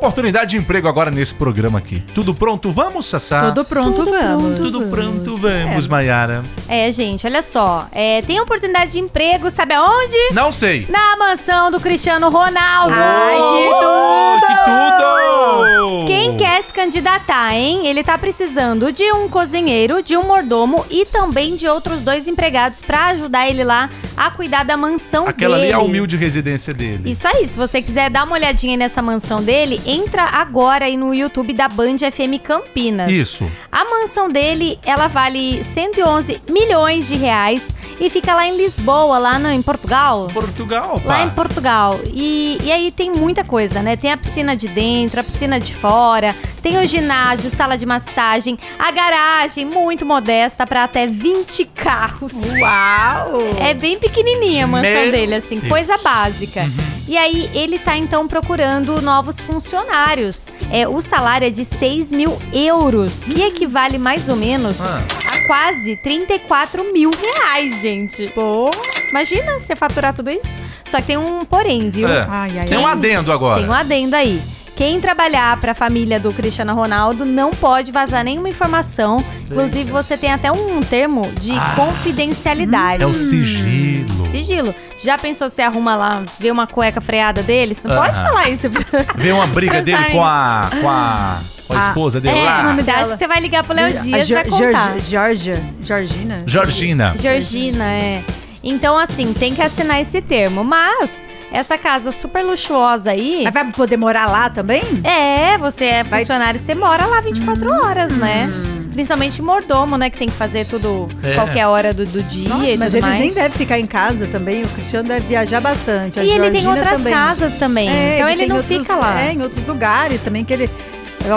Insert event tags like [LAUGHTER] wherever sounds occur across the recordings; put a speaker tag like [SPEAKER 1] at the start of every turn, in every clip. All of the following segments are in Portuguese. [SPEAKER 1] Oportunidade de emprego agora nesse programa aqui. Tudo pronto? Vamos, Sassá?
[SPEAKER 2] Tudo pronto,
[SPEAKER 3] Tudo
[SPEAKER 2] vamos.
[SPEAKER 3] pronto.
[SPEAKER 1] Tudo pronto, vamos, Mayara.
[SPEAKER 3] É, gente, olha só. É, tem oportunidade de emprego, sabe aonde?
[SPEAKER 1] Não sei.
[SPEAKER 3] Na mansão do Cristiano Ronaldo.
[SPEAKER 2] Ai, que
[SPEAKER 1] Oh, que tudo!
[SPEAKER 3] Quem quer se candidatar, hein? Ele tá precisando de um cozinheiro, de um mordomo e também de outros dois empregados pra ajudar ele lá a cuidar da mansão
[SPEAKER 1] Aquela ali
[SPEAKER 3] dele.
[SPEAKER 1] é a humilde residência dele.
[SPEAKER 3] Isso aí, se você quiser dar uma olhadinha aí nessa mansão dele, entra agora aí no YouTube da Band FM Campinas.
[SPEAKER 1] Isso.
[SPEAKER 3] A mansão dele, ela vale 111 milhões de reais e fica lá em Lisboa, lá no, em Portugal.
[SPEAKER 1] Portugal, pá.
[SPEAKER 3] Lá em Portugal. E, e aí tem muita coisa, né? Tem a piscina de dentro, a piscina de fora, tem o ginásio, sala de massagem, a garagem muito modesta pra até 20 carros.
[SPEAKER 2] Uau!
[SPEAKER 3] É bem pequenininha a mansão
[SPEAKER 1] Meu
[SPEAKER 3] dele, assim,
[SPEAKER 1] Deus. Uhum.
[SPEAKER 3] coisa básica. E aí ele tá então procurando novos funcionários. É, o salário é de 6 mil euros, que equivale mais ou menos
[SPEAKER 1] Ah.
[SPEAKER 3] a quase 34 mil reais, gente.
[SPEAKER 2] Pô.
[SPEAKER 3] Imagina você faturar tudo isso. Só que tem um porém, viu?
[SPEAKER 1] É.
[SPEAKER 2] Ai, ai,
[SPEAKER 1] Tem
[SPEAKER 2] ai.
[SPEAKER 1] um adendo agora.
[SPEAKER 3] Tem um adendo aí. Quem trabalhar para a família do Cristiano Ronaldo não pode vazar nenhuma informação. Inclusive, você tem até um termo de
[SPEAKER 1] Ah.
[SPEAKER 3] confidencialidade.
[SPEAKER 1] É o sigilo.
[SPEAKER 3] um Sigilo. Já pensou se arruma lá, vê uma cueca freada dele? Você não
[SPEAKER 1] Aham.
[SPEAKER 3] pode falar isso.
[SPEAKER 1] [LAUGHS]
[SPEAKER 3] pra-
[SPEAKER 1] Vê uma briga dele
[SPEAKER 3] Sai.
[SPEAKER 1] com a, com a, com a
[SPEAKER 2] Ah,
[SPEAKER 1] esposa dele
[SPEAKER 3] É,
[SPEAKER 1] lá.
[SPEAKER 3] você
[SPEAKER 2] dela?
[SPEAKER 3] acha que você vai ligar pro Léo
[SPEAKER 2] A
[SPEAKER 3] Dias
[SPEAKER 2] Gio-
[SPEAKER 3] pra contar.
[SPEAKER 2] Georgi- Georgia. Georgina?
[SPEAKER 1] Georgina.
[SPEAKER 3] Georgina, é. Então, assim, tem que assinar esse termo. Mas, essa casa super luxuosa aí...
[SPEAKER 2] Mas vai poder morar lá também?
[SPEAKER 3] É, você é
[SPEAKER 2] Vai- Hum.
[SPEAKER 3] funcionário, você mora lá 24 horas, né? Principalmente mordomo, né? Que tem que fazer tudo
[SPEAKER 1] É.
[SPEAKER 3] qualquer hora do, do dia
[SPEAKER 2] Nossa,
[SPEAKER 3] e
[SPEAKER 2] mas
[SPEAKER 3] tudo
[SPEAKER 2] eles
[SPEAKER 3] mais.
[SPEAKER 2] nem devem ficar em casa também. O Cristiano deve viajar bastante. A
[SPEAKER 3] E ele
[SPEAKER 2] Georgina
[SPEAKER 3] tem outras
[SPEAKER 2] também.
[SPEAKER 3] casas também.
[SPEAKER 2] É,
[SPEAKER 3] então ele
[SPEAKER 2] eles têm
[SPEAKER 3] não
[SPEAKER 2] outros-
[SPEAKER 3] fica lá.
[SPEAKER 2] É, em outros lugares também, que ele...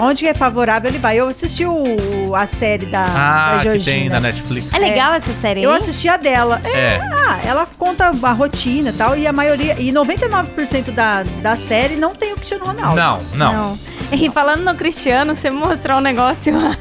[SPEAKER 2] Onde é favorável, ele vai. Eu assisti o- a série da,
[SPEAKER 1] Ah,
[SPEAKER 2] da
[SPEAKER 1] que tem
[SPEAKER 2] É Georgina.
[SPEAKER 1] na Netflix.
[SPEAKER 3] É legal essa série,
[SPEAKER 2] Eu
[SPEAKER 3] hein?
[SPEAKER 2] assisti a dela. É,
[SPEAKER 1] É.
[SPEAKER 2] ah, ela conta a rotina e tal, e a maioria, e 99% da, da série não tem o Cristiano Ronaldo.
[SPEAKER 1] Não, não.
[SPEAKER 3] E falando no Cristiano, você me mostrou um negócio [LAUGHS] no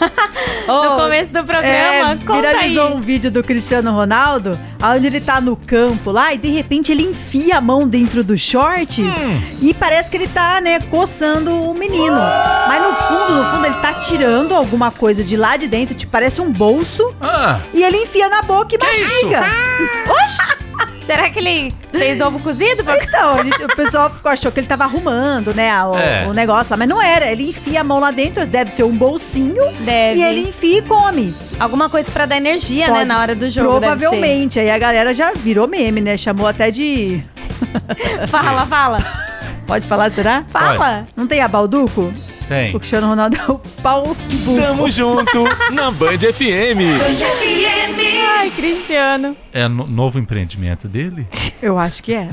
[SPEAKER 2] Oh,
[SPEAKER 3] começo do programa.
[SPEAKER 2] É,
[SPEAKER 3] Conta aí.
[SPEAKER 2] viralizou um vídeo do Cristiano Ronaldo, onde ele tá no campo lá e de repente ele enfia a mão dentro dos shorts
[SPEAKER 1] Hum.
[SPEAKER 2] e parece que ele tá, né, coçando o menino. Mas no fundo, no fundo, ele tá tirando alguma coisa de lá de dentro, tipo, parece um bolso,
[SPEAKER 1] Ah,
[SPEAKER 2] e ele enfia na boca e
[SPEAKER 1] isso?
[SPEAKER 2] mastiga. um-
[SPEAKER 3] Será que ele fez ovo cozido? pra-
[SPEAKER 2] Então, ele- o pessoal ficou, achou que ele tava arrumando, né, a- o,
[SPEAKER 1] É.
[SPEAKER 2] o negócio lá, mas não era. Ele enfia a mão lá dentro, deve ser um bolsinho,
[SPEAKER 3] Deve.
[SPEAKER 2] [LAUGHS] e ele enfia e come.
[SPEAKER 3] Alguma coisa pra dar energia, né?
[SPEAKER 2] Pode-
[SPEAKER 3] Na hora do jogo. deve ser.
[SPEAKER 2] Provavelmente. Aí a galera já virou meme, né? Chamou até de.
[SPEAKER 3] Fala, fala.
[SPEAKER 2] Pode falar, será?
[SPEAKER 3] Fala.
[SPEAKER 2] Não tem a Balduco?
[SPEAKER 1] tem. Então.
[SPEAKER 2] O Cristiano Ronaldo é o pau.
[SPEAKER 4] Tamo junto na Band FM.
[SPEAKER 3] Ai, Cristiano.
[SPEAKER 1] É no- novo empreendimento dele?
[SPEAKER 2] Eu acho que é.